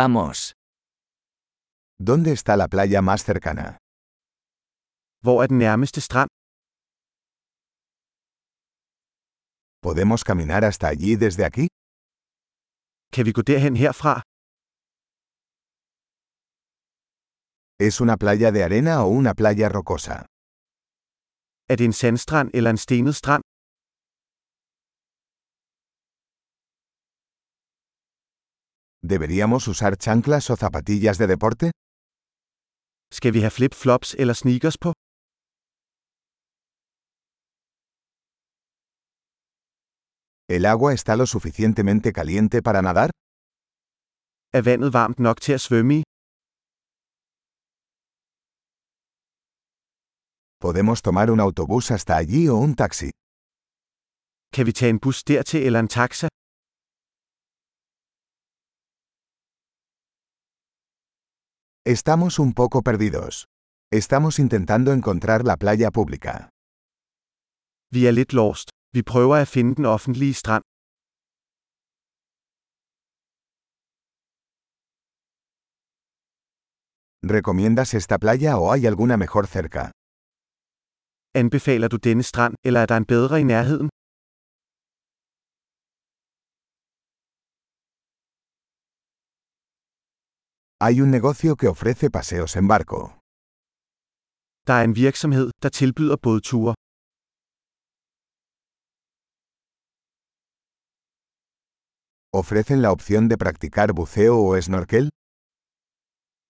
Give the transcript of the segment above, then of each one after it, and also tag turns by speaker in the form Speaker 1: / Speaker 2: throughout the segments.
Speaker 1: Vamos.
Speaker 2: ¿Dónde está la playa más cercana?
Speaker 3: Hvor er den nærmeste strand?
Speaker 2: ¿Podemos caminar hasta allí desde aquí?
Speaker 3: Kan vi gå derhen herfra?
Speaker 2: ¿Es una playa de arena o una playa rocosa?
Speaker 3: Er det en sandstrand eller en stenet strand?
Speaker 2: ¿Deberíamos usar chanclas o zapatillas de deporte?
Speaker 3: Skal vi have flip-flops eller sneakers på?
Speaker 2: ¿El agua está lo suficientemente caliente para nadar?
Speaker 3: Er vandet varmt nok til at svømme i?
Speaker 2: ¿Podemos tomar un autobús hasta allí o un taxi?
Speaker 3: Kan vi tage en bus dertil eller en taxa?
Speaker 2: Estamos un poco perdidos. Estamos intentando encontrar la playa pública.
Speaker 3: Vi er lidt lost. Vi prøver at finde den offentlige strand.
Speaker 2: ¿Recomiendas esta playa o hay alguna mejor cerca?
Speaker 3: Anbefaler du denne strand, eller er der en bedre i nærheden?
Speaker 2: Hay un negocio que ofrece paseos en barco.
Speaker 3: Der er en virksomhed, der tilbyder bådture.
Speaker 2: ¿Ofrecen la opción de practicar buceo o snorkel?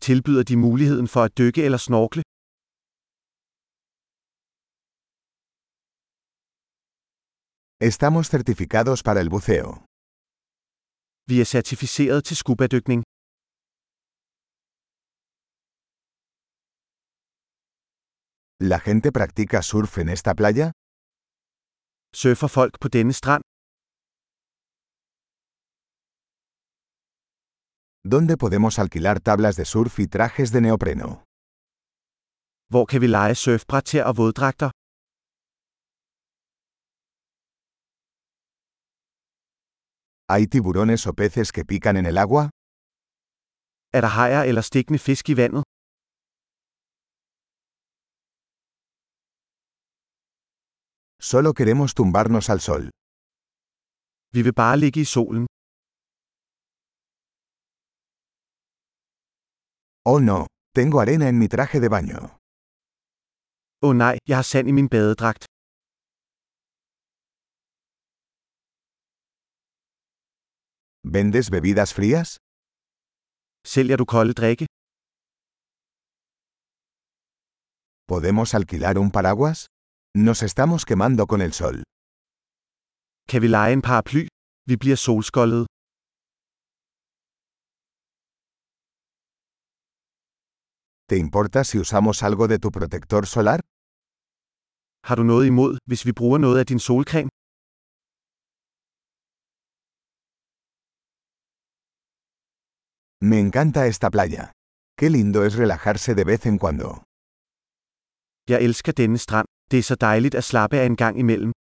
Speaker 3: Tilbyder de muligheden for at dykke eller snorkle?
Speaker 2: Estamos certificados para el buceo.
Speaker 3: Vi er certificeret til skubadykning.
Speaker 2: ¿La gente practica surf en esta playa?
Speaker 3: Surfer folk på denne strand?
Speaker 2: ¿Dónde podemos alquilar tablas de surf y trajes de neopreno?
Speaker 3: Hvor kan vi lege surfbræt til og våddragter?
Speaker 2: ¿Hay tiburones o peces que pican en el agua?
Speaker 3: Er der hajer eller stikkende fisk i vandet?
Speaker 2: Solo queremos tumbarnos al sol.
Speaker 3: Vi vil bare ligge i solen.
Speaker 2: Oh no, tengo arena en mi traje de baño.
Speaker 3: Åh oh nej, jeg har sand i min badedragt.
Speaker 2: ¿Vendes bebidas frías?
Speaker 3: Sælger du kolde drikke?
Speaker 2: ¿Podemos alquilar un paraguas? Nos estamos quemando con el sol.
Speaker 3: Kan vi lege en paraply? Vi bliver solskoldet.
Speaker 2: ¿Te importa si usamos algo de tu protector solar?
Speaker 3: Har du noget imod, hvis vi bruger noget af din solcreme?
Speaker 2: Me encanta esta playa. Qué lindo es relajarse de vez en cuando.
Speaker 3: Jeg elsker denne strand. Det er så dejligt at slappe af en gang imellem.